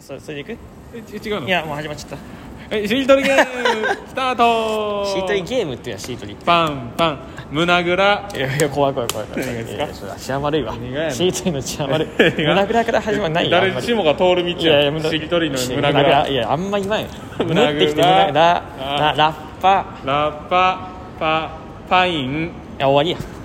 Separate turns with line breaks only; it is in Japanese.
そそれでいく
えち違うの
いやもう始まっちゃった
えしりとりゲ ームスタート
シートリゲームっていうのはシートリ
パンパン胸ぐら
いやいや怖い怖い怖い怖い
何がですか
いやいやちょっと治安悪いわシ
何がやねん
ートリの治安悪い
何が
胸ぐらから始まるないよあんま
誰
り
しもが通る道
いやい
や
や胸
しりとりの胸ぐら
いやあんま言わんよ
胸ぐ
胸
ら
ってきて胸ぐらラララッパ
ラッパパパイン
いや終わりや